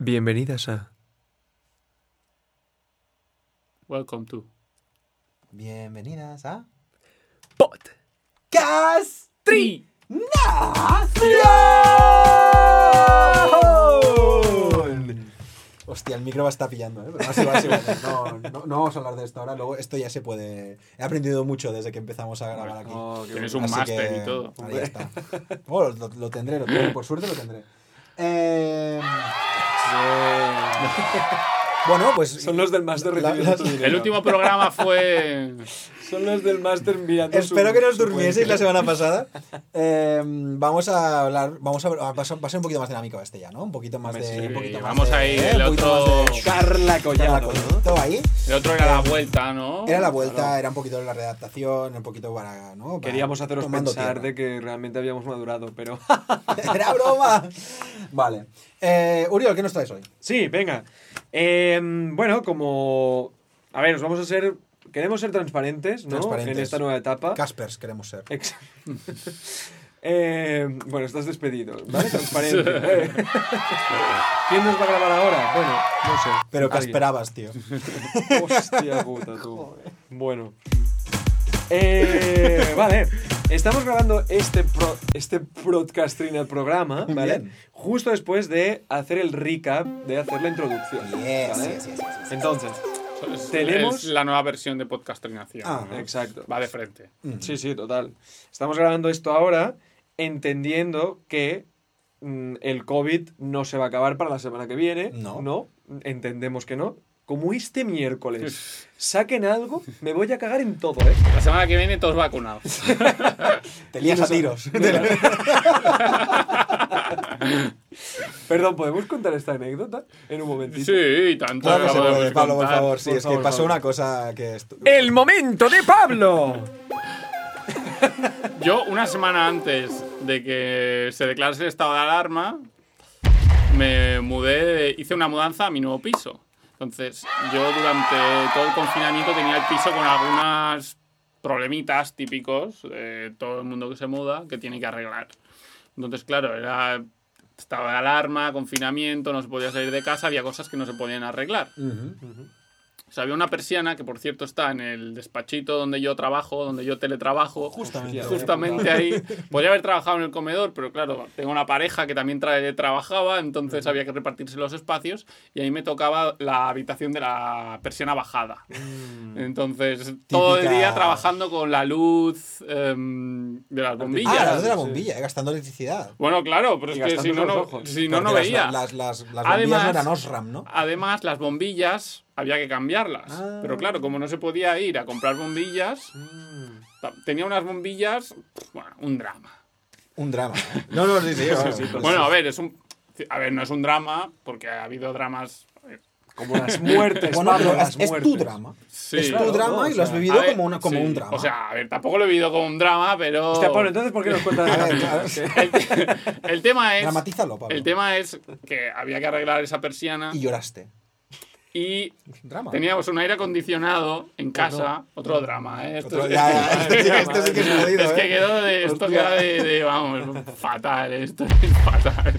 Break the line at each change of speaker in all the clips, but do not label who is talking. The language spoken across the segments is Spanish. Bienvenidas a
Welcome to.
Bienvenidas a
Pod.
Three.
Castrinación. Hostia, el micro va a estar pillando, ¿eh? Pero así va, así va. No, no, no vamos a hablar de esto ahora, luego esto ya se puede... He aprendido mucho desde que empezamos a grabar aquí.
Oh,
Tienes un
Así
máster
que
y todo.
Ahí está. Bueno, lo, lo tendré, lo tendré, por suerte lo tendré. Eh, bueno, pues...
Son los del máster
La-
recibiendo
las-
tu dinero.
El último programa fue.
Son los del máster mirando su-
Espero que nos
su
durmieseis la
cuenta.
semana pasada. Eh, vamos a hablar, vamos a, va a ser va a ser un poquito más dinámico este ya, ¿no? Un poquito más
Hombre,
de.
sí,
un poquito más
vamos
de-
ahí,
eh,
el
un poquito
otro-
más de-
Carla
Carla
Collado.
Collado, todo ahí.
El otro era la vuelta, ¿no?
Era la vuelta, era un poquito la redactación, un poquito para. ¿no? Para-
Queríamos haceros
tomando
pensar
tierra.
de que realmente habíamos madurado, pero...
¡Era broma! Vale. Eh, Uriel, ¿qué nos traes hoy?
sí, venga. Eh, bueno, como... A ver, nos vamos a ser... Queremos ser transparentes, ¿no?
Transparentes.
En esta nueva etapa.
Caspers, queremos ser.
Ex- Eh, bueno, estás despedido, ¿vale? Transparente. Eh. ¿Quién nos va a grabar ahora? Bueno, no sé.
Pero que
alguien.
esperabas, tío.
Hostia puta, tú. Bueno. Eh, vale. Estamos grabando este, pro, este broadcastrina programa, ¿vale?
Bien.
Justo después de hacer el recap, de hacer la introducción.
Yes,
¿vale?
yes, yes, yes, yes.
Entonces,
Es-
Tenemos-
es la nueva versión de Podcast Trinación.
Ah,
¿no?
exacto.
Va de frente.
Mm.
Sí, sí, total. Estamos grabando esto ahora entendiendo que mm, el COVID no se va a acabar para la semana que viene.
No.
entendemos que no. Como este miércoles saquen algo, me voy a cagar en todo, ¿eh?
La semana que viene todos vacunados.
Te lías a tiros.
Perdón, ¿podemos contar esta anécdota en un momentito?
Sí, tanto.
Claro que se
acabamos
puede,
de
Pablo, por
contar.
favor. Sí,
Por
es que
favor,
pasó
Pablo.
una cosa que. estu-
¡El momento de Pablo!
Yo, una semana antes de que se declarase el estado de alarma, me mudé, hice una mudanza a mi nuevo piso. Entonces, yo durante todo el confinamiento tenía el piso con algunas problemitas típicos, eh, todo el mundo que se muda, que tiene que arreglar. Entonces, claro, era estado de alarma, confinamiento, no se podía salir de casa, había cosas que no se podían arreglar.
Ujú.
O sea, había una persiana que, por cierto, está en el despachito donde yo trabajo, donde yo teletrabajo.
Justamente.
Justamente ahí. Podría haber trabajado en el comedor, pero claro, tengo una pareja que también tra- trabajaba, entonces había que repartirse los espacios y ahí me tocaba la habitación de la persiana bajada. Entonces, todo el día
Mm. Típica-
trabajando con la luz em, de las
Ah,
bombillas.
la luz de la bombilla, eh, gastando electricidad.
Bueno, claro, pero
Y
es que si
gastando
no,
los
no,
ojos.
si no, no
Porque
veía.
Las, las, las, las
Además-
bombillas no eran Osram, ¿no?
Además, las bombillas había que cambiarlas.
Ah.
Pero claro, como no se podía ir a comprar bombillas,
Mm.
ta- tenía unas bombillas, pff, bueno, un drama.
Un drama. No, no, Pues sí, sí. claro.
Bueno, a ver, es un a ver, no es un drama porque ha habido dramas eh, a ver,
Como las muertes,
Bueno,
Pablo,
pero
las
es, es tu
muertes.
drama.
Sí.
es tu
Claro,
drama
¿no?
y
O
lo has
sea,
vivido
a ver,
como, una, como
sí.
un drama.
O sea, a ver, tampoco lo he vivido como un drama, pero
Hostia, Pablo, entonces, ¿por qué nos cuentas
A
la
ver, a
anécdota?
ver,
el, el tema es
dramatízalo, Pablo.
el tema es que había que arreglar esa persiana
Y lloraste.
y
Drama.
teníamos un aire acondicionado en casa, otro drama, ¿eh? Esto
Otro-
es-
ya, ya, este sí que- este sí que es jodido,
Es que
¿eh?
quedó de esto
Hostia.
queda de, de, vamos, fatal, esto es fatal.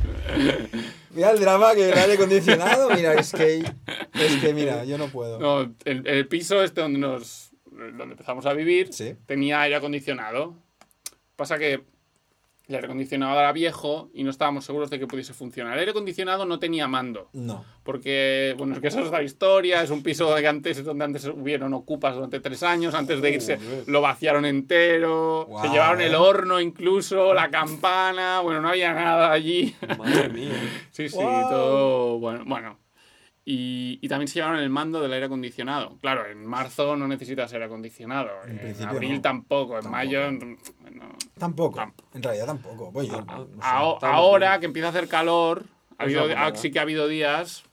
Mira el drama que el aire acondicionado. Mira, es que. Es que, mira, yo no puedo.
No, el, el piso este donde nos donde empezamos a vivir
Sí.
tenía aire acondicionado. Pasa que el aire acondicionado era viejo y no estábamos seguros de que pudiese funcionar. El aire acondicionado no tenía mando.
No.
Porque, bueno, es que esa es otra historia. Es un piso de antes, donde antes hubieron ocupas durante tres años. Antes de irse lo vaciaron entero.
Guau,
se llevaron el
eh.
horno incluso, la campana. Bueno, no había nada allí.
Madre mía.
Sí, sí,
Wow.
todo bueno. bueno. Y, y también se llevaron el mando del aire acondicionado. Claro, en marzo no necesitas aire acondicionado.
En
En
principio
abril
no.
tampoco. En mayo. mm, no.
Tampoco.
Tamp-
En realidad tampoco. Voy yo.
A-
Ah, no sé.
a-
estamos
ahora que empieza a hacer calor, ha
Es
habido,
una putada.
ah, sí que ha habido días,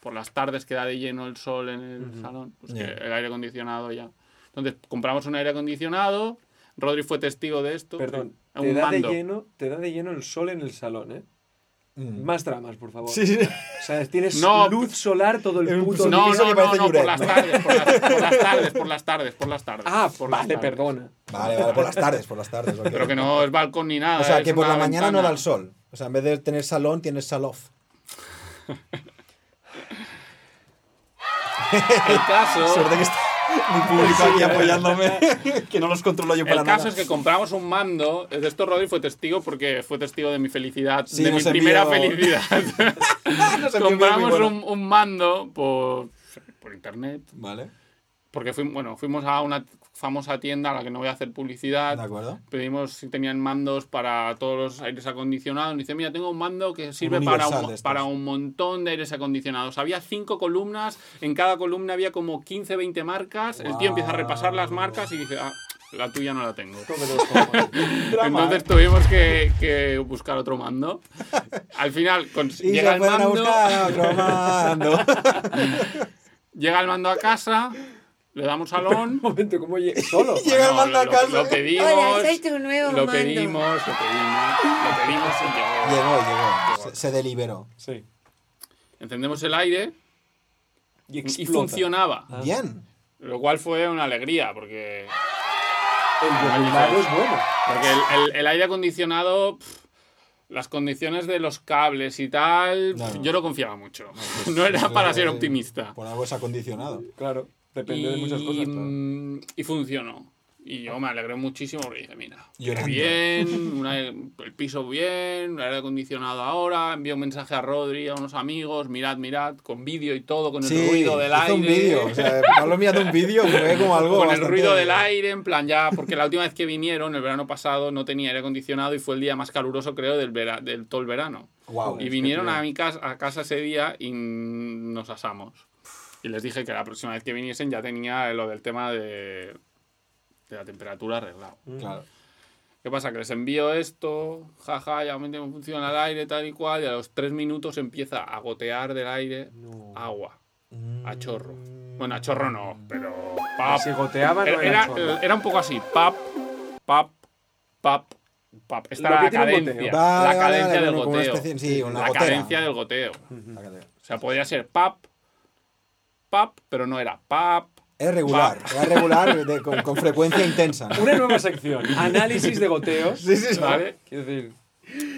por las tardes que da de lleno el sol en el salón, pues que
Ya.
el aire acondicionado ya. Entonces compramos un aire acondicionado, Rodri fue testigo de esto.
Perdón.
un
Te da, de
mando.
lleno, te da de lleno el sol en el salón, ¿eh?
Mm.
Más dramas, por favor.
Sí, sí.
O sea, tienes
No.
luz solar todo
Es
el
un
puto
sol-
día.
No,
piso
no,
que
no,
parece
no, por
Lloret,
las
¿no?
tardes, por las, por las tardes, por las tardes, por las tardes.
Ah,
por las
vale,
tardes.
perdona.
Vale, vale, por las tardes, por las tardes. ok.
Pero que no es balcón ni nada.
O sea,
Ah, es
que por
una
la mañana no
ventana.
da el sol. O sea, en vez de tener salón, tienes salof.
El caso,
Suerte que está mi público aquí apoyándome, que no los controlo yo para
el
nada.
caso es que compramos un mando. De esto Rodri fue testigo porque fue testigo de mi felicidad,
Sí,
de mi
nos envió-
primera felicidad.
Nos envió un vídeo muy
compramos
bueno.
un, un mando por, por internet.
Vale,
Porque fuimos, bueno, fuimos a una famosa tienda a la que no voy a hacer publicidad.
de acuerdo.
pedimos si tenían mandos para todos los aires acondicionados. Y dice, mira, tengo un mando que sirve
Un
para
universal
un,
de estos.
para un montón de aires acondicionados. Había cinco columnas, en cada columna había como 15, 20 marcas. El tío empieza a repasar las marcas y dice, ah, la tuya no la tengo.
¿eh?
Entonces tuvimos que, que buscar otro mando. Al final cons-
y
llega
se
el
fueron a
mando.
buscar a otro mando.
Llega el mando a casa, le damos al on.
Un momento, ¿cómo llegué? Solo.
Llega el mando a
lo-
casa.
Lo pedimos.
Hola, soy tu nuevo
lo
mando.
pedimos, lo pedimos, lo pedimos y llegó.
Llegó, llegó. Se, se deliberó.
Sí.
Encendemos el aire
Y,
y
explota.
funcionaba.
Bien.
Lo cual fue una alegría, porque,
El yoguinado es bueno.
porque el, el- el aire acondicionado, pf, las condiciones de los cables y tal,
No,
pf,
no.
yo no confiaba mucho. No era para ser
Eh,
optimista.
Por algo es acondicionado.
Claro, depende de muchas
Y,
cosas. claro.
mm, y funcionó. Y yo me alegré muchísimo porque dije, mira,
Llorando.
bien, una- el piso bien, el aire acondicionado ahora, envié un mensaje a Rodri, a unos amigos, mirad, mirad, con vídeo y todo, con el ruido del
hizo
aire.
un vídeo. O sea, Pablo mirando un vídeo fue como algo.
con el
bastante-
ruido del aire, en plan ya, porque la última vez que vinieron, el verano pasado, no tenía aire acondicionado y fue el día más caluroso, creo, del, vera- del todo el verano.
Guau.
y vinieron a mi casa, a casa ese día y nos asamos. Y les dije que la próxima vez que viniesen ya tenía lo del tema de, de la temperatura arreglado.
Claro.
¿Qué pasa? Que les envío esto, jaja, ya me me funciona el aire, tal y cual, y a los tres minutos empieza a gotear del aire agua, a chorro.
Mm.
Bueno, a chorro no, pero pap.
Si goteaba, no
Era,
ah, era, eh,
era-
chorro.
era un poco así, pap, pap, pap, pap. Esta
Lo
era
que
la
tiene un
cadencia,
goteo.
Vale,
la
vale,
cadencia
vale,
del
bueno, como una
goteo.
especie- sí, una
la
gotera.
cadencia del goteo. O sea, podría ser pap, pap, pero no era pap.
Es regular. Es regular de- con, con frecuencia intensa. ¿no?
Una nueva sección. Análisis de goteos.
Sí, sí, sí.
¿Vale?
Quiero decir,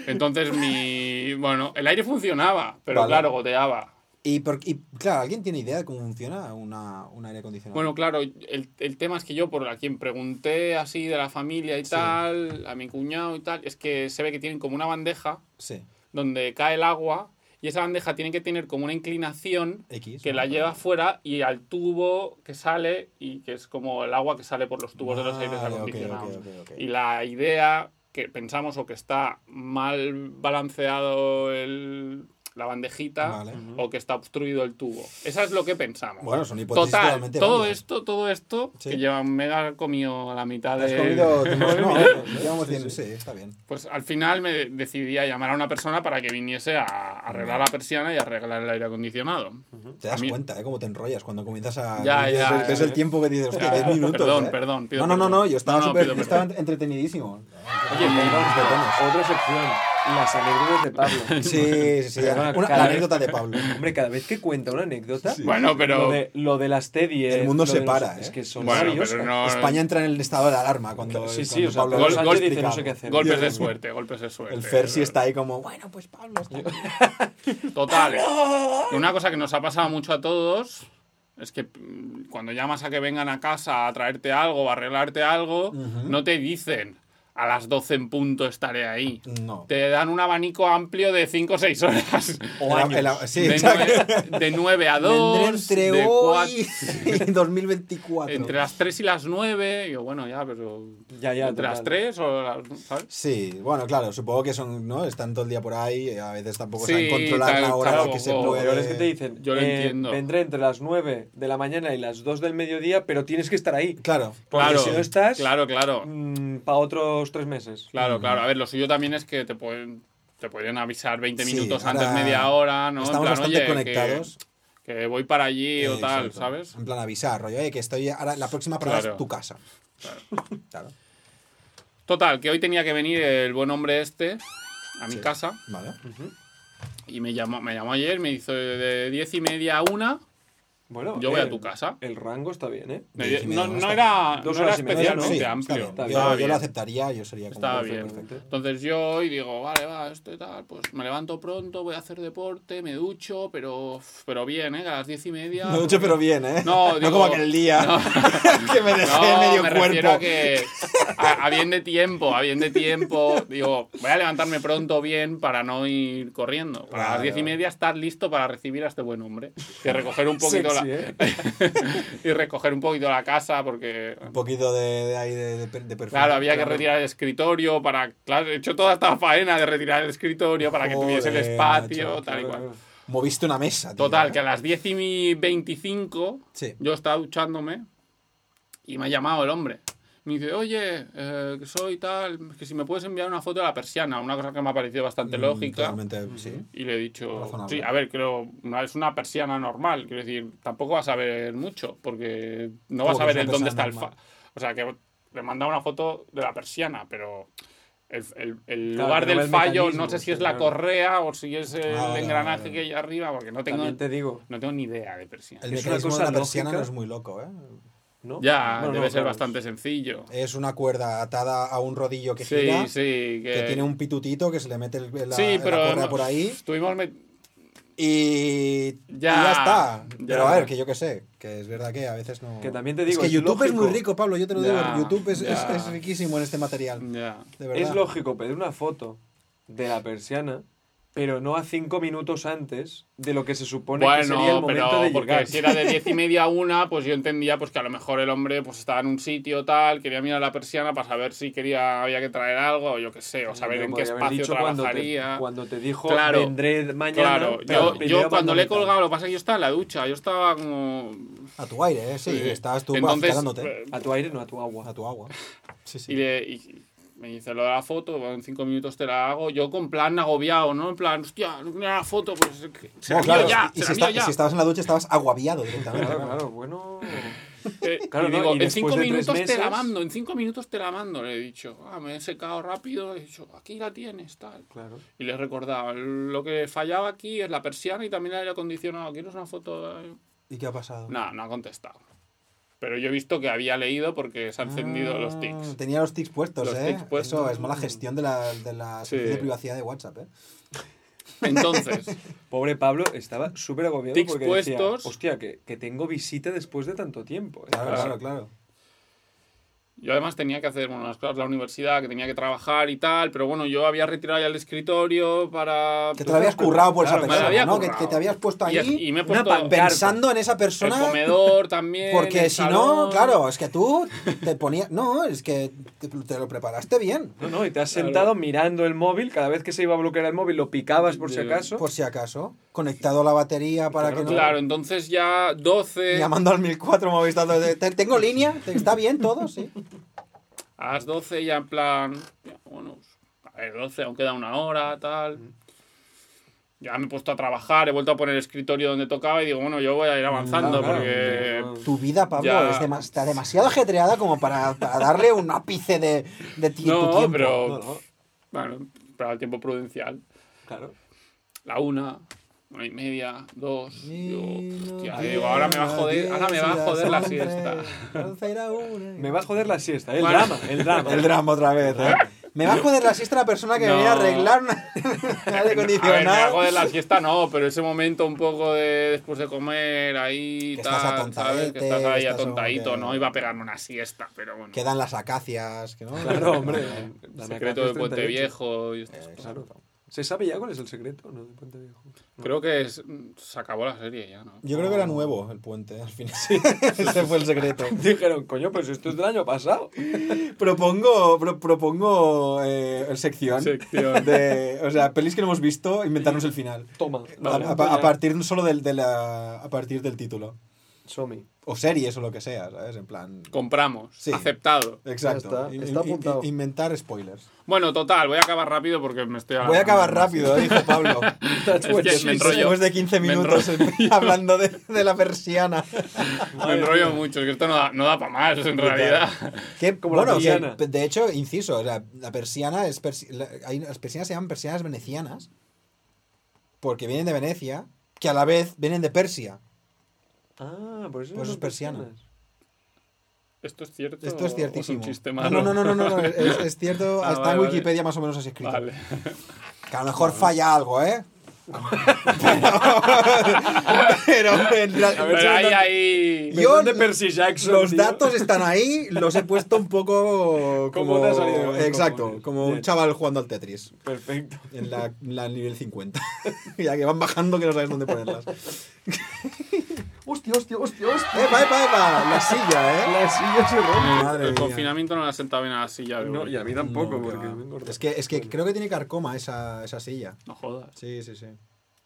Entonces mi... Bueno, el aire funcionaba, pero
Vale.
claro, goteaba.
Y, por- y, claro, ¿alguien tiene idea de cómo funciona una, un aire acondicionado?
Bueno, claro, el, el tema es que yo, por a quien pregunté así de la familia y tal, a mi cuñado y tal, es que se ve que tienen como una bandeja
Sí.
donde cae el agua y esa bandeja tiene que tener como una inclinación
X.
que
¿no?
la lleva afuera y al tubo que sale y que es como el agua que sale por los tubos de los aires
Vale, Ah, ok,
acondicionados.
ok, ok, ok.
Y la idea que pensamos o que está mal balanceado el- la Mm. bandejita
Vale.
o que está obstruido el tubo. Esa es lo que pensamos.
Bueno, son hipótesis
Total,
totalmente
todo
válidas.
esto, todo esto,
Sí.
que lleva mega comido a la mitad
Has
de...
comido. No, llevamos bien. Sí, está bien.
Pues al final me decidí a llamar a una persona para que viniese a arreglar la persiana y arreglar el aire acondicionado.
Te das
Mm. A mí-
cuenta, ¿eh? Cómo te enrollas cuando comienzas a.
Ya,
ves,
ya,
ves
ya.
el tiempo que dices, hostia,
Ya,
10 minutos.
perdón,
¿eh?
perdón, pido
no, no, no, no,
perdón.
yo estaba
No, no,
súper.
pido perdón.
estaba entretenidísimo.
Oye,
Perdón, perdón.
otra sección. Las anécdotas de Pablo.
Sí, sí, sí.
Perdona,
Una,
cada
la
vez-
anécdota de Pablo.
Hombre, cada vez que cuenta una anécdota.
Bueno,
Lo
pero...
de, lo de las T10.
El mundo
lo
se
de
para, ¿eh?
Es que son
Bueno,
maravillosas.
pero no...
España entra en el estado de alarma cuando.
Sí, sí,
cuando
o sea,
Pablo
Pablo
lo
dice,
Sánchez
no sé
explicaba.
qué hacer.
Golpes de suerte, golpes de suerte.
El Fersi está ahí como, bueno, pues Pablo está
Total. Una cosa que nos ha pasado mucho a todos es que mm, cuando llamas a que vengan a casa a traerte algo o a arreglarte algo, no te dicen a las 12 en punto estaré ahí.
No.
Te dan un abanico amplio de 5 o 6 horas.
O
El- el-
años.
sí,
de,
exacto.
9, a 2.
Vendré entre
de
hoy
cuat-
y 2024.
entre las 3 y las 9. Yo, bueno, ya, pero.
Ya, ya,
entre las
total.
3 o las. ¿sabes?
Sí, bueno, claro, supongo que son, ¿no? Están todo el día por ahí, eh, a veces tampoco saben
Sí,
controlar
tal-
la hora
claro,
que se
o-
Lo
puede.
peor es que te dicen,
Yo lo
eh,
entiendo.
vendré entre las 9 de la mañana y las 2 del mediodía, pero tienes que estar ahí.
Claro,
Porque si no estás,
Claro, claro.
para otros tres meses.
Claro, claro. A ver, lo suyo también es que te pueden te podrían avisar 20
Sí,
minutos
ahora
antes, media hora, Ah, ¿no? En
estamos bastante
que-
conectados.
Que, voy para allí o
Eh,
tal,
exacto.
¿sabes?
En plan avisar, rollo, oye, que estoy ahora la próxima parada
Claro.
es tu casa. Claro.
Total, que hoy tenía que venir el buen hombre este a mi casa
Vale.
y me llamó, me llamó ayer, me hizo de 10 y media a una
Bueno,
Yo voy
el-
a tu casa.
El rango está bien, ¿eh?
No,
Diez y media,
no-
¿no?
no
Está
era,
Dos
no era
horas y media, ¿no?
especialmente
Sí,
está
amplio.
bien.
Está
yo,
bien.
Estaba
yo lo
bien.
aceptaría, yo sería como
Estaba bien.
perfecto.
Entonces yo hoy digo, vale, va, esto y tal, pues me levanto pronto, voy a hacer deporte, me ducho, pero, pero bien, ¿eh? A las diez y media.
No mucho, pero bien, ¿eh?
No, digo-
como aquel día
No.
que me dejé medio
me refiero
cuerpo.
a que a, a bien de tiempo, a bien de tiempo, digo, voy a levantarme pronto bien para no ir corriendo. Para las
Claro.
diez y media estar listo para recibir a este buen hombre. Y recoger un poquito
Sexy,
la,
¿eh?
y recoger un poquito la casa porque
Un poquito de, de ahí de, de, de perfil.
Claro, había que
Claro.
retirar el escritorio para. Claro, he hecho toda esta faena de retirar el escritorio para que tuviese el
Joder,
espacio,
macho,
tal y
Claro,
cual.
claro.
Moviste una mesa. tío.
Total, que a las 10 y 25
Sí.
yo estaba duchándome y me ha llamado el hombre. Me dice, oye, eh, que soy tal, que si me puedes enviar una foto de la persiana, una cosa que me ha parecido
Mm,
bastante lógica.
Totalmente, sí.
Y le he dicho,
Razonable.
sí, a ver, creo, una- es una persiana normal, quiero decir, tampoco vas a ver mucho, porque no
¿Cómo
vas a
que
ver
es
el
una
dónde está
persiana
el fa.
normal?
O sea, que le manda una foto de la persiana, pero el, el- el
Claro,
lugar
que no ve
del
el
fallo,
mecanismo,
no sé si
sí,
es la
claro.
correa o si es el
Ah, vale,
engranaje
vale, vale.
que hay arriba, porque no tengo,
También te digo,
no tengo ni idea de persiana.
El
Es una
mecanismo
cosa
de la persiana
lógica.
no es muy loco, ¿eh?
¿no?
Ya,
Bueno, no,
debe ser
claro.
bastante sencillo.
Es una cuerda atada a un rodillo Eh, que
Sí,
gira,
sí, que,
que tiene un pitutito que se le mete el, la,
sí,
la
pero
correa por ahí
estuvimos met-
y y
Ya,
ya está.
ya.
Pero a ver, que yo que sé, que es verdad que a veces no...
Que también te digo,
es que
es
YouTube es muy
lógico.
rico, Pablo, yo te lo digo.
Ya,
YouTube es, es-
ya.
es riquísimo en este material,
Ya.
de verdad.
Es lógico pedir una foto de la persiana, pero no a cinco minutos antes de lo que se supone que sería el momento de
porque
llegar.
si era de diez y media a una, pues yo entendía pues que a lo mejor el hombre pues estaba en un sitio tal, quería mirar la persiana para saber si quería había que traer algo o yo qué sé, o saber
Pero
en qué
podría haber
espacio
dicho cuando te-
trabajaría.
Cuando te, dijo,
Claro,
vendré mañana.
Claro,
pero
yo,
primero
yo cuando le he
mandame
colgado, lo que pasa es que yo estaba en la ducha, yo estaba como...
A tu aire, ¿eh? Sí, estabas tú
Entonces,
acicalándote.
eh,
tal. A tu aire, no a tu agua.
A tu agua. Sí, sí.
y, le- y me dice lo de la foto, bueno, en cinco minutos te la hago, yo con plan agobiado, ¿no? En plan, hostia, no quiero la foto, pues se la
No, claro,
envío ya,
y,
se
si
la
está-
envío
y
ya.
si estabas en la ducha estabas aguaviado directamente.
Claro, claro, bueno.
Eh,
Claro,
y
¿no?
digo,
Y
en
después
cinco
de tres
minutos te la
meses-
mando, en cinco minutos te la mando, le he dicho. Ah, me he secado rápido, le he dicho, aquí la tienes, tal.
Claro.
Y le he recordado, lo que fallaba aquí es la persiana y también el aire acondicionado. ¿Quieres una foto? eh?
¿Y qué ha pasado?
No, no ha contestado. Pero yo he visto que había leído porque se han encendido
Ah,
los tics.
Tenía los tics puestos,
Los
¿eh?
tics puestos.
Eso es mala gestión de la, de la
Sí.
sección de privacidad de WhatsApp, ¿eh?
Entonces,
Pobre Pablo estaba súper agobiado
Tics
porque
puestos.
decía, hostia, que, que tengo visita después de tanto tiempo. ¿eh?
Claro,
Claro.
claro, claro.
yo además tenía que hacer bueno, unas cosas de la universidad, que tenía que trabajar y tal, pero bueno, yo había retirado ya el escritorio para...
Que te lo
pues,
habías currado por
Claro,
esa
me lo
persona,
había
¿no? Que,
currado.
que te habías puesto ahí
y, y me
una
he puesto
pantalla,
pensando en esa
el
persona.
comedor también.
Porque
el
si no,
salón.
claro, es que tú te ponías. No, es que te, te lo preparaste bien.
No, no, y te has
Claro.
sentado mirando el móvil. Cada vez que se iba a bloquear el móvil lo picabas por si
Yo-
acaso.
Por si acaso. Conectado a la batería para que no.
Claro, entonces ya 12,
Llamando al 1004 Movistar. de- te- Tengo línea, te- está bien todo, sí.
a las 12 ya en plan, ya, bueno, a ver, 12, aún queda una hora, tal. Ya me he puesto a trabajar, he vuelto a poner el escritorio donde tocaba y digo, bueno, yo voy a ir avanzando
Claro, claro,
porque...
no, no.
Tu vida, Pablo,
Ya.
es demas- está demasiado ajetreada como para, para darle un ápice de, de ti-
No,
tu tiempo.
pero-
No, no,
Bueno, para el tiempo prudencial.
claro.
La una, una y media, dos.
Y
Digo, hostia,
no
digo, ahora me va a joder, ahora me va a
quieras
joder la
siempre
siesta.
conceraunes.
Me va a joder la siesta, ¿eh? el
Bueno.
drama, el drama.
El drama otra vez, ¿eh? Me va a joder la siesta la persona que me viene a
No.
arreglar una- un aire
A ver, me va a
acondicionado.
joder la siesta no, pero ese momento un poco de después de comer ahí,
Que
tal,
estás atontadete,
¿sabes? Que estás ahí
que estás
atontadito,
como que-
¿no? Iba a pegarme una siesta, pero bueno.
Quedan las acacias, que ¿no?
Claro, hombre. La
secreto
Anacacia
de
es
Puente
38.
Viejo. y estas
Eh,
cosas.
Claro. ¿Se sabe ya cuál es el secreto no? de Puente Viejo? No.
Creo que es- se acabó la serie ya, ¿no?
Yo creo que era nuevo el puente, al final. Ese fue el secreto.
Dijeron, coño, pero si esto es del año pasado.
Propongo, pro- propongo eh, el sección.
Sección.
De, o sea, pelis que no hemos visto, inventarnos el final.
Toma,
Vale.
a, a- a partir solo del, de la- a partir del título.
Somi.
O series o lo que sea, ¿sabes? En plan.
Compramos.
Sí.
Aceptado.
Exacto.
Ya está,
In-
está
in- in-
apuntado.
inventar spoilers.
Bueno, total, voy a acabar rápido porque me estoy
Voy a
alargando.
acabar rápido, dijo Pablo.
That's what
que
she
Ah,
said.
me enrollo.
Después de 15
Me
minutos hablando de, de la persiana.
Me enrollo mucho, es que esto no da, no da para más en realidad.
Que,
Como la
bueno, o sea,
persiana.
de hecho, inciso, la, la persiana es persi- la- hay, las persianas se llaman persianas venecianas porque vienen de Venecia, que a la vez vienen de Persia.
Ah, por eso.
Por eso Pues es
eran
persiana.
persianas.
Esto es cierto.
Esto es ciertísimo.
o Oh, es un chiste
no,
malo?
no, no, no, no, no, es, es cierto.
Ah,
está
vale,
en
vale.
Wikipedia más o menos así escrito.
Vale.
Que a lo mejor falla algo, ¿eh? pero, pero en real-
Pero ahí, ahí.
Yo-
Perdón de Percy Jackson.
los
tío.
datos están ahí, los he puesto un poco
¿Cómo
como
te ha salido bien?
exacto,
Cojones.
como un
Bien.
chaval jugando al Tetris
Perfecto.
en la, en la nivel 50. ya que van bajando que no sabes dónde ponerlas.
Hostia, hostia, hostia, hostia.
Epa, epa, epa, la silla, ¿eh?
Eh, La silla se rompe.
Madre
el
mía.
confinamiento no le ha sentado bien a la silla. yo
No,
creo.
y a mí tampoco,
No, que
porque
va.
me engorda.
es que, es que creo que tiene carcoma esa, esa silla.
No jodas.
Sí, sí, sí.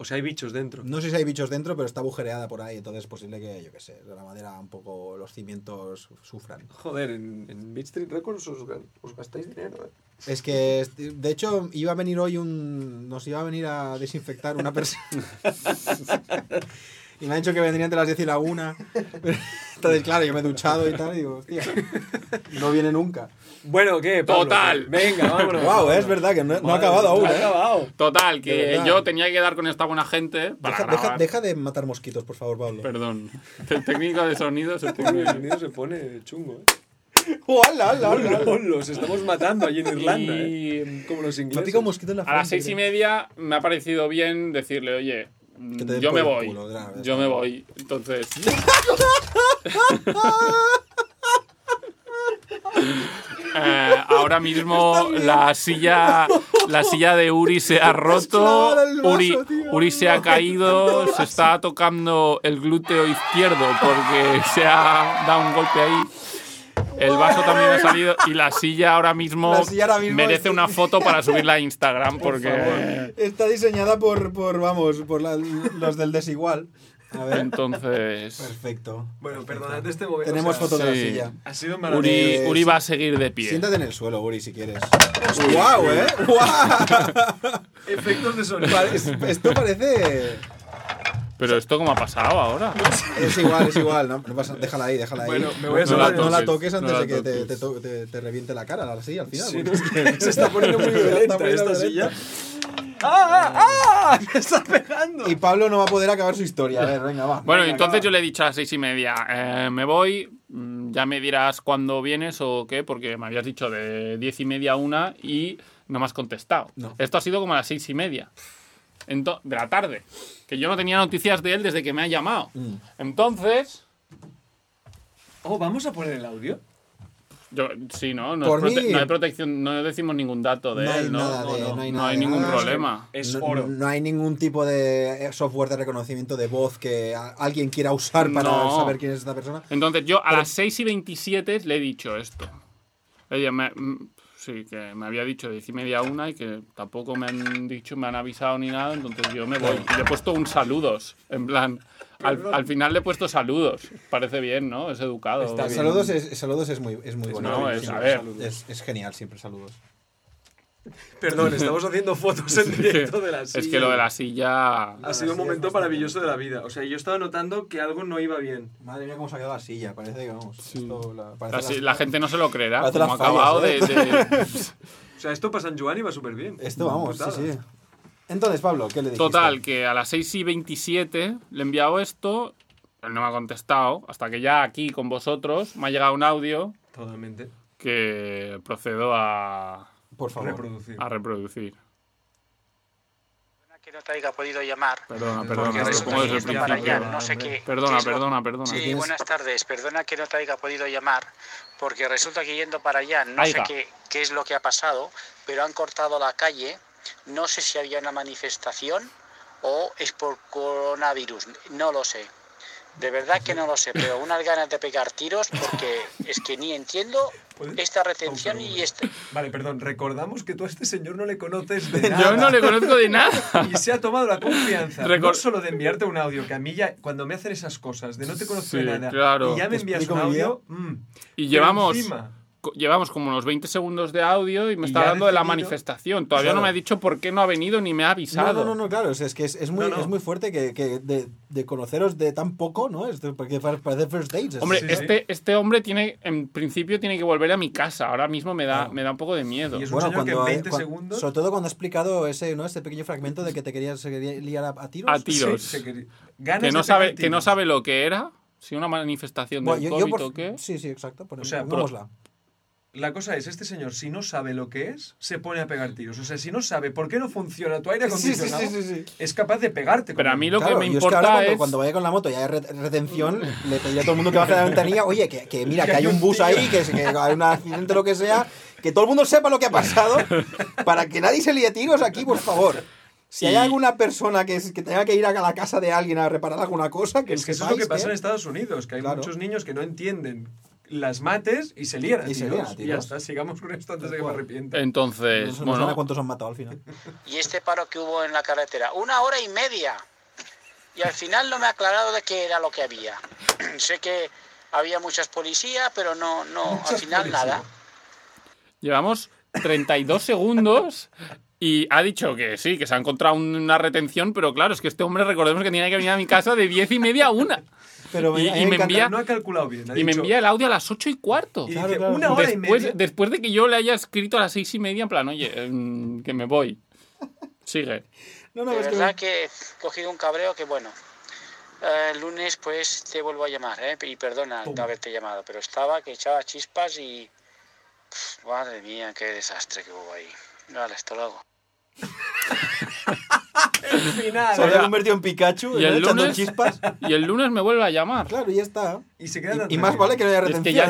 O sea, hay bichos dentro.
No sé si hay bichos dentro, pero está agujereada por ahí, entonces es posible que, yo qué sé, la madera un poco, los cimientos sufran.
Joder, en, en Beat Street Records os, gan- os gastáis dinero. ¿eh?
Es que, este- de hecho, iba a venir hoy un. Nos iba a venir a desinfectar una persona. y me ha dicho que vendría entre las 10 y la 1. Entonces, claro, yo me he duchado y tal, y digo, hostia, no viene nunca.
Bueno, ¿qué? Pablo?
Total.
Venga, vámonos.
Guau, eh, es verdad que no, no ha acabado aún,
No ha
¿eh?
acabado.
Total,
De
que
verdad.
yo tenía que quedar con esta buena gente para
Deja,
grabar.
deja- deja de matar mosquitos, por favor, Pablo.
Perdón. El técnico de sonido es el
Joder,
técnico.
el nido se pone chungo, ¿eh?
¡Hola, hola,
Hola,
hola!
Los estamos matando allí en Irlanda, ¿eh?
Y
Como los
Me ha
ingleses.
picado un mosquito en la
a las
frente,
seis y
creo.
media me ha parecido bien decirle, oye,
Que te den
yo me
por el
voy.
culo, de una vez.
yo me voy. Entonces. Eh, ahora mismo la silla la silla de Uri se ha roto
clavada el vaso,
Uri,
tío.
Uri se ha caído se está tocando el glúteo izquierdo porque se ha dado un golpe ahí el vaso también ha salido y la silla ahora mismo,
La silla ahora mismo
merece
está-
una foto para subirla a Instagram porque
Está diseñada por, por vamos, por la- los del desigual. A ver.
entonces
Perfecto.
Bueno,
perfecto.
perdonad este momento.
Tenemos
o sea,
foto de la
sí.
silla.
Ha sido
Uri,
maravilloso.
Eh,
Uri va a seguir de pie
Siéntate en el suelo, Uri, si quieres. ¡Guau, eh! ¡Guau!
Efectos de sonido.
Pare- Esto parece.
pero esto cómo ha pasado ahora
Es igual, es igual, ¿no? no pasa- déjala ahí, déjala ahí.
Bueno, me voy a
no, la,
sentar.
no la
No la
toques antes
toques.
de que te, te to- te- te reviente la cara, así al final.
Sí,
porque
no,
es
es que se está poniendo muy
Se está
violenta
poniendo
esta silla.
violenta.
¡Ah, ah, ah! ¡Me está pegando!
que- Y Pablo no va a poder acabar su historia. A ver, venga, va.
Bueno,
Venga,
entonces
acaba.
yo le he dicho a las seis y media, eh, me voy, mm, ya me dirás cuándo vienes o qué, porque me habías dicho de diez y media a una y no me has contestado.
No.
Esto ha sido como a las seis y media ento- de la tarde, que yo no tenía noticias de él desde que me ha llamado.
Mm.
Entonces,
Oh, ¿vamos a poner el audio?
yo, sí, ¿no? No,
Por
es prote-
mí-
no hay protección, no decimos ningún dato de
No hay
él, ¿no?
nada
no,
de-
no,
no hay
no
nada de
ningún
nada.
problema.
Es
No-
oro.
No, hay ningún tipo de eh, software de reconocimiento de voz que a- alguien quiera usar para
No.
saber quién es esta persona.
Entonces yo a las 6 y 27 le he dicho esto. Ella me, mm, sí, que me había dicho de 10 y media a una y que tampoco me han dicho, me han avisado ni nada, entonces yo me voy. Y le he puesto un saludos, en plan, al, al final le he puesto saludos. Parece bien, ¿no? Es educado.
Está bien.
Saludos es, saludos es muy, es muy bonito.
Pues no, es-
siempre.
a ver.
Es- es genial, siempre saludos.
Perdón, estamos haciendo fotos en directo de la silla.
Es que lo de la silla...
Ha sido un momento maravilloso de la vida. O sea, yo estaba notando que algo no iba bien.
Madre mía, cómo se ha quedado la silla. Parece que vamos. esto la, parece
La, si-
las-
la gente no se lo creerá,
Parece
como ha
las fallas,
acabado
¿eh?
de... de-
O sea, esto para San Juan iba súper bien.
Esto vamos, sí,
Putada.
sí. Entonces, Pablo, ¿qué le dijiste?
Total, que a las 6 y 27 le he enviado esto, él no me ha contestado, hasta que ya aquí con vosotros me ha llegado un audio
Totalmente.
que procedo a,
Por favor.
Reproducir.
a reproducir.
que no te haya podido llamar.
Perdona,
Porque
perdona, te
eso
lo pongo desde el
también está
principio.
para allá,
no sé qué.
Perdona,
qué es lo-
perdona, perdona.
Sí,
¿Tienes?
buenas tardes. Perdona que no te haya podido llamar, porque resulta que yendo para allá, no
Aiga.
sé qué, qué es lo que ha pasado, pero han cortado la calle. No sé si había una manifestación o es por coronavirus. No lo sé. De verdad que no lo sé, pero unas ganas de pegar tiros porque es que ni entiendo esta retención y este.
Vale, perdón. Recordamos que tú a este señor no le conoces de nada.
Yo no le conozco de nada.
Y se ha tomado la confianza, no
Recor-
solo de enviarte un audio, que a mí ya, cuando me hacen esas cosas, de no te conozco de
Sí,
nada,
claro.
y ya me
¿Te
envías
explico
un
mi vida?
audio, mm,
Y
pero
llevamos,
encima,
co- llevamos como unos 20 segundos de audio y me
Y ya
está
ha
hablando de la
decidido-
manifestación. Todavía no
Claro.
me ha dicho por qué no ha venido ni me ha
No,
avisado.
no, no, no, claro, es, es que es, es muy,
No, no.
es muy fuerte que, que de, de conoceros de tan poco, ¿no? Esto, porque pa- parece first dates. es-
Hombre,
Sí, sí.
este, este hombre tiene, en principio tiene que volver a mi casa. Ahora mismo me da,
Claro.
me da un poco de miedo.
Y es un señor que en 20 segundos-
Sobre todo cuando ha explicado ese, ¿no? ese pequeño fragmento de que te querías se quería liar a, a tiros.
A ti. tiros.
se quería- ganas
Ah,
Que no,
de
sabe,
pegar
que no
tiros.
sabe lo que era, Si una manifestación
Bueno,
del
yo- yo
COVID
por-
o qué.
Sí, sí, exacto. Por
O sea,
ejemplo,
pro-
pongámosla.
La cosa es, este señor, si no sabe lo que es, se pone a pegar tiros. O sea, si no sabe por qué no funciona tu aire
Sí, sí,
acondicionado,
sí, sí, sí.
es capaz de pegarte. con
Pero a
él.
mí lo
Claro,
que me
yo es que ahora
importa
cuando,
es.
cuando vaya con la moto y haya re- retención, le pediré a todo el mundo que baje de la ventanilla, oye, que, que mira, que hay un bus ahí, que, se- que hay un accidente lo que sea, que todo el mundo sepa lo que ha pasado, para que nadie se líe a tiros aquí, por favor. Si hay
Y-
alguna persona que, es- que tenga que ir a la casa de alguien a reparar alguna cosa, que
Es que eso es lo
sepáis
que pasa en este Estados Unidos, que hay
Claro.
muchos niños que no entienden las mates y se lían a
Y se
tiros.
lían a
Y ya
tiros.
está, sigamos con esto antes de que me
Tal cual.
Eh,
arrepienta.
No
Entonces,
sé- no sé
bueno,
a cuántos han matado al final.
y este paro que hubo en la carretera. Una hora y media. Y al final no me ha aclarado de qué era lo que había. sé que había muchas policías, pero no, no, al
Muchas
final
policías.
nada.
llevamos 32 segundos y ha dicho que sí, que se ha encontrado un- una retención, pero claro, es que este hombre, recordemos que tenía que venir a mi casa de 10 y media a una.
Pero
Y-
a mí
y me
encanta-
envía-
No ha calculado bien. ha
Y me
dicho-
envía el audio a las 8 y cuarto.
y
Claro,
dice,
claro.
una hora y media.
Después, después de que yo le haya escrito a las 6 y media, en plan, oye, em, que me voy. Sigue.
No, no,
De
es que-
verdad que he cogido un cabreo que bueno. eh, El lunes pues te vuelvo a llamar, ¿eh? Y perdona
Pum.
no haberte llamado, pero estaba que echaba chispas y... Pf, madre mía, qué desastre que hubo ahí. Vale, hasta luego.
Final,
se había
¿verdad?
convertido en Pikachu,
Y el
¿no? Pues echando
lunes-
chispas.
Y el lunes me vuelve a llamar.
Claro, ya está.
Y se queda tan
Y, y más
tranquilo.
vale que no haya
Es que
retención.
ya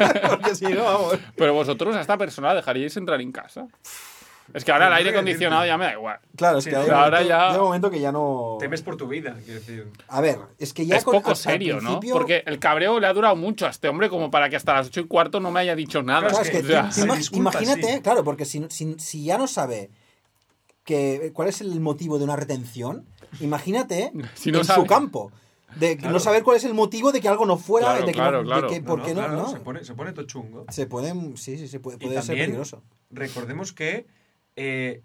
tiene-
Porque si no, vamos.
Pero vosotros a esta persona la dejaríais entrar en casa. Es que ahora el
Tendría
aire
que
acondicionado
decirte.
ya me da igual.
Claro, es
Sí,
que
¿no?
hay,
Pero
un
ahora
momento,
ya-
hay un momento que ya no.
Temes por tu vida, quiero decir.
A ver, es que ya
es
con-
poco
al- al
serio, ¿no?
principio-
Porque el cabreo le ha durado mucho a este hombre como para que hasta las ocho y cuarto no me haya dicho nada.
Claro,
Claro, es que
O sea,
ima-
se disculpa,
imagínate,
sí.
claro, porque si, si- si ya no sabe que, cuál es el motivo de una retención, imagínate
Si no
en
sabe.
su campo. De
Claro.
no saber cuál es el motivo de que algo no fuera,
Claro,
de que
claro,
no,
claro.
de que- ¿por qué no?
claro,
no?
Se, pone, se pone todo chungo.
Se puede, sí, sí, se puede,
Y
puede ser
también-
peligroso.
Recordemos que eh,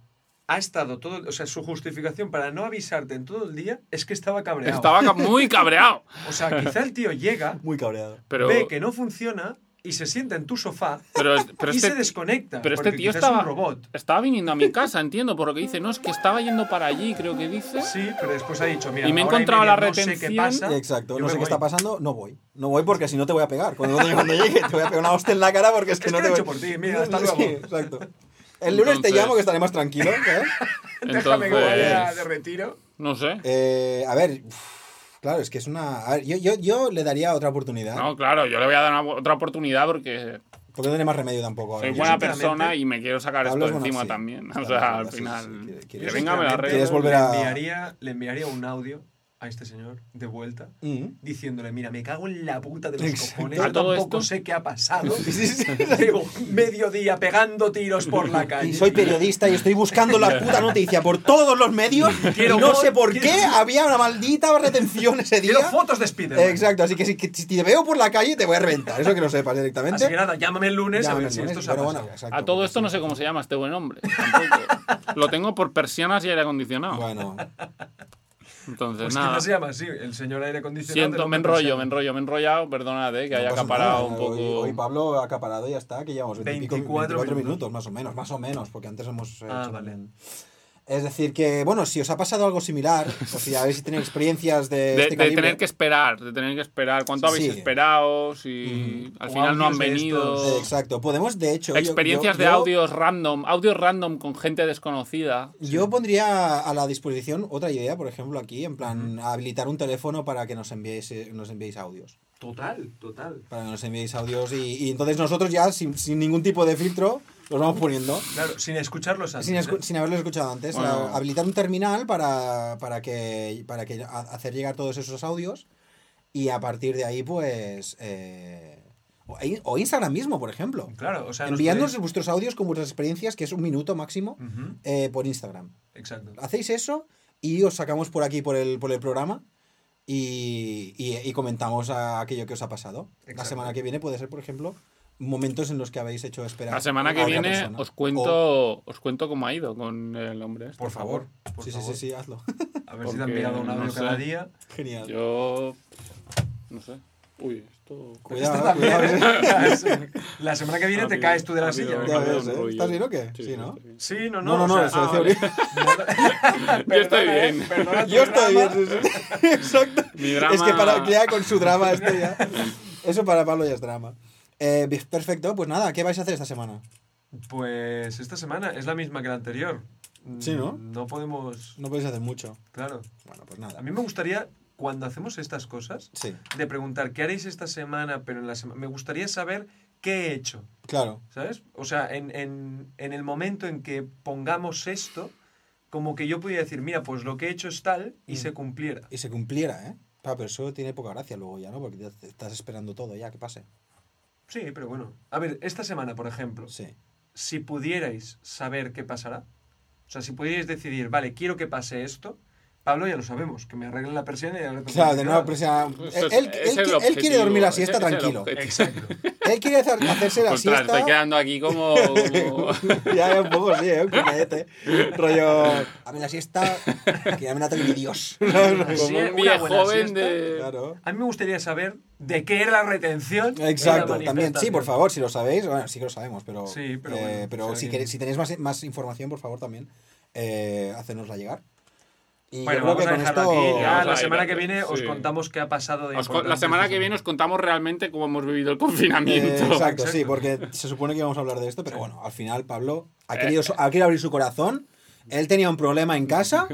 ha estado todo. O sea, su justificación para no avisarte en todo el día es que estaba cabreado.
Estaba ca- muy cabreado.
O sea, quizá el tío llega,
Muy cabreado.
Pero,
ve que no funciona y se sienta en tu sofá
pero, pero
y se
este,
desconecta.
pero este
porque
tío
quizá
estaba,
Es un robot.
estaba viniendo a mi casa, entiendo, por lo que dice. No, es que estaba yendo para allí, creo que dice.
Sí, pero después ha dicho, mira,
Y me he
ahora
encontrado
media,
la
No sé qué
retención.
pasa.
Exacto,
yo
no
me
sé qué
voy.
está pasando, no voy. No voy porque si no te voy a pegar. Cuando, cuando llegue te voy a pegar una hostia en la cara porque es que
Es
no
que
te
lo he
voy
hecho por ti, mira, hasta
Sí,
luego.
exacto. El lunes te
Entonces-
llamo que estaré más tranquilo. ¿eh? ¿sabes?
Déjame que vaya
Entonces-
de retiro.
No sé.
Eh, a ver, uf, claro, es que es una. a ver, yo, yo, yo le daría otra oportunidad.
No, claro, yo le voy a dar una- otra oportunidad porque
Porque no tiene más remedio tampoco. ahora
soy
mismo.
buena
sinceramente,
persona y me quiero sacar esto
Pablo es bueno,
encima
sí.
también. O
Claro,
sea, al
sí, sí,
final.
sí, quiere-
Que
quiere-
venga, me la
Sinceramente,
¿Quieres
arreglo.
volver
le
a-
enviaría, le enviaría un audio a este señor de vuelta
Mm.
diciéndole, mira, me cago en la puta de los
Exacto.
cojones,
A
yo
todo
tampoco
esto-
sé qué ha pasado.
Sí, sí, sí.
Llevo mediodía pegando tiros por la
Y
calle.
soy periodista y estoy buscando la puta noticia por todos los medios.
Quiero
y no
fo-
sé por
quiero-
qué había una maldita retención ese día.
Quiero fotos de Spiderman.
Exacto, así que si, que si te veo por la calle te voy a reventar. Eso que lo sepas directamente.
Así que nada, llámame el lunes a
Llámame
ver
el
si
lunes,
esto se ha
pero
pasado.
bueno, exacto,
A todo
porque
esto
sí.
no sé cómo se llama este buen hombre. tampoco. Lo tengo por persianas y aire acondicionado.
Bueno,
Entonces,
Pues que
nada.
no se llama así, el señor aire acondicionado. de
Siento,
los
me enrollo,
persianos.
me enrollo, me he enrollado. Perdónate que haya
no pasa
acaparado
nada,
un
Hoy, hoy
poco.
Pablo ha acaparado y ya está, que llevamos 20 y pico-
24
24
minutos.
minutos. más o menos, más o menos, porque antes hemos
Ah,
hecho
vale.
un- Es decir, que bueno, si os ha pasado algo similar, o si habéis tenido experiencias de,
De,
este
de
calibre-
tener que esperar, de tener que esperar. ¿Cuánto habéis
Sí.
esperado? Si al
O
final no han
audios de
venido.
estos.
Eh, Exacto, podemos de hecho. yo-
Experiencias de
yo- yo-
audios random, audios random con gente desconocida.
Yo pondría a la disposición otra idea, por ejemplo, aquí, en plan, habilitar un teléfono para que nos enviéis, eh, nos enviéis audios.
Total, total.
Para que nos enviéis audios y, y entonces nosotros ya, sin, sin ningún tipo de filtro, los vamos poniendo.
Claro, sin escucharlos antes.
Sin, escu-
¿eh?
sin haberlo escuchado antes,
Bueno.
a- habilitar un terminal para, para que para que ha- hacer llegar todos esos audios y a partir de ahí, pues. eh, o, o Instagram mismo, por ejemplo.
Claro, o sea, nos
Enviadnos
podéis-
vuestros audios con vuestras experiencias, que es un minuto
Mm.
máximo,
Ujú,
eh, por Instagram.
Exacto.
Hacéis eso y os sacamos por aquí, por el, por el programa. Y, y- y comentamos a aquello que os ha pasado. La
Exacto.
semana que viene puede ser, por ejemplo, momentos en los que habéis hecho esperar.
La semana que
a otra
viene
persona.
os
O-
cuento os cuento cómo ha ido con el hombre. este.
Por favor. por
sí, sí,
favor.
sí, sí, hazlo.
A ver si te
Porque
han enviado un
no
audio
sé.
cada día.
Genial.
Yo no sé. Uy, esto. ¿eh?
Cuidado, ¿eh? cuidado.
La semana que
Ah,
viene te
Rápido,
caes tú de la
rápido,
silla.
Ya
¿verdad?
rápido.
ves,
un
¿eh?
rollo.
¿Estás bien o qué?
Sí,
Sí, ¿no?
sí,
Sí, no, no.
No, no,
o
no,
sea,
eso decía
ah, perdona,
Oriol.
Yo estoy
eh,
bien.
perdona tu
Yo estoy
drama.
bien, sí, sí. Exacto.
Mi drama-
Es que para ya con su drama este ya. Eso para Pablo ya es drama. Eh, bien, perfecto, pues nada, ¿qué vais a hacer esta semana?
Pues esta semana es la misma que la anterior.
Sí, ¿no?
Mm, No podemos.
No podéis hacer mucho.
Claro.
Bueno, pues
A
nada.
mí me gustaría, cuando hacemos estas cosas,
Sí,
de preguntar qué haréis esta semana, pero en la semana. Me gustaría saber qué he hecho.
claro.
¿Sabes? O sea, en, en- en el momento en que pongamos esto, como que yo podía decir, mira, pues lo que he hecho es tal y
Mm.
se cumpliera.
Y se cumpliera, ¿eh? Ah, pero eso tiene poca gracia luego ya, ¿no? Porque ya te estás esperando todo ya que pase.
Sí, pero bueno. A ver, esta semana, por ejemplo,
Sí.
si pudierais saber qué pasará, o sea, si pudierais decidir, vale, quiero que pase esto, Pablo ya lo sabemos, que me arreglen la persiana y la
Claro, de nuevo, presiona.
Eso
Él,
es-
él-
ese es el
él
objetivo,
quiere dormir la
ese-
siesta
ese es el
tranquilo.
objetivo.
Exacto.
Él quiere hacer- hacerse la
Ostras,
siesta.
estoy quedando aquí como. como-
ya, ya un poco sí, ¿eh? Un cucayete. Rollo. A mí la siesta. Que ya me la mi Dios.
Sí,
como
una
un
buena
viejo joven
siesta.
de.
claro.
A mí me gustaría saber de qué era la retención. en la
Exacto, también. Sí,
manifestación.
por favor, si lo sabéis. Bueno, sí que lo sabemos, pero.
Sí, pero
eh,
bueno,
pero
o sea
si,
que-
queréis- si tenéis más, más información, por favor, también. Eh, hacednosla llegar. Y
Bueno,
yo creo
vamos
que
a
con
dejarlo
esto.
aquí. Ya
Vamos
la
a ir
semana que
a-
viene os
sí.
contamos qué ha pasado de
Os con- La
importante
semana
esta
que viene os contamos realmente cómo hemos vivido el
Eh,
confinamiento.
exacto, sí,
Exacto.
porque se supone que íbamos a hablar de esto, pero bueno, al final Pablo ha
Eh.
querido, su- ha querido abrir su corazón. Él tenía un problema en casa,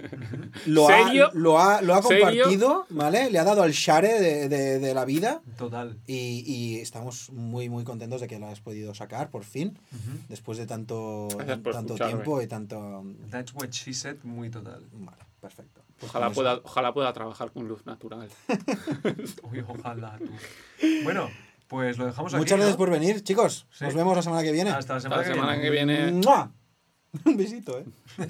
lo, ha,
¿Serio?
lo, ha, lo ha
¿Serio?
compartido, ¿vale? Le ha dado al share de, de- de la vida
Total.
y, y estamos muy, muy contentos de que lo has podido sacar por fin, después de tanto,
Gracias por
tanto
escucharme.
tiempo y tanto...
That's what she said, muy total.
Vale, perfecto. Pues
Ojalá
con eso-
pueda, ojalá pueda trabajar con luz natural.
Uy, ojalá tú. Bueno, pues lo dejamos aquí.
Muchas gracias
¿no?
por venir, chicos.
Sí.
Nos vemos la semana que viene.
Hasta la semana,
La semana que viene.
¡Mua! Un besito, ¿eh?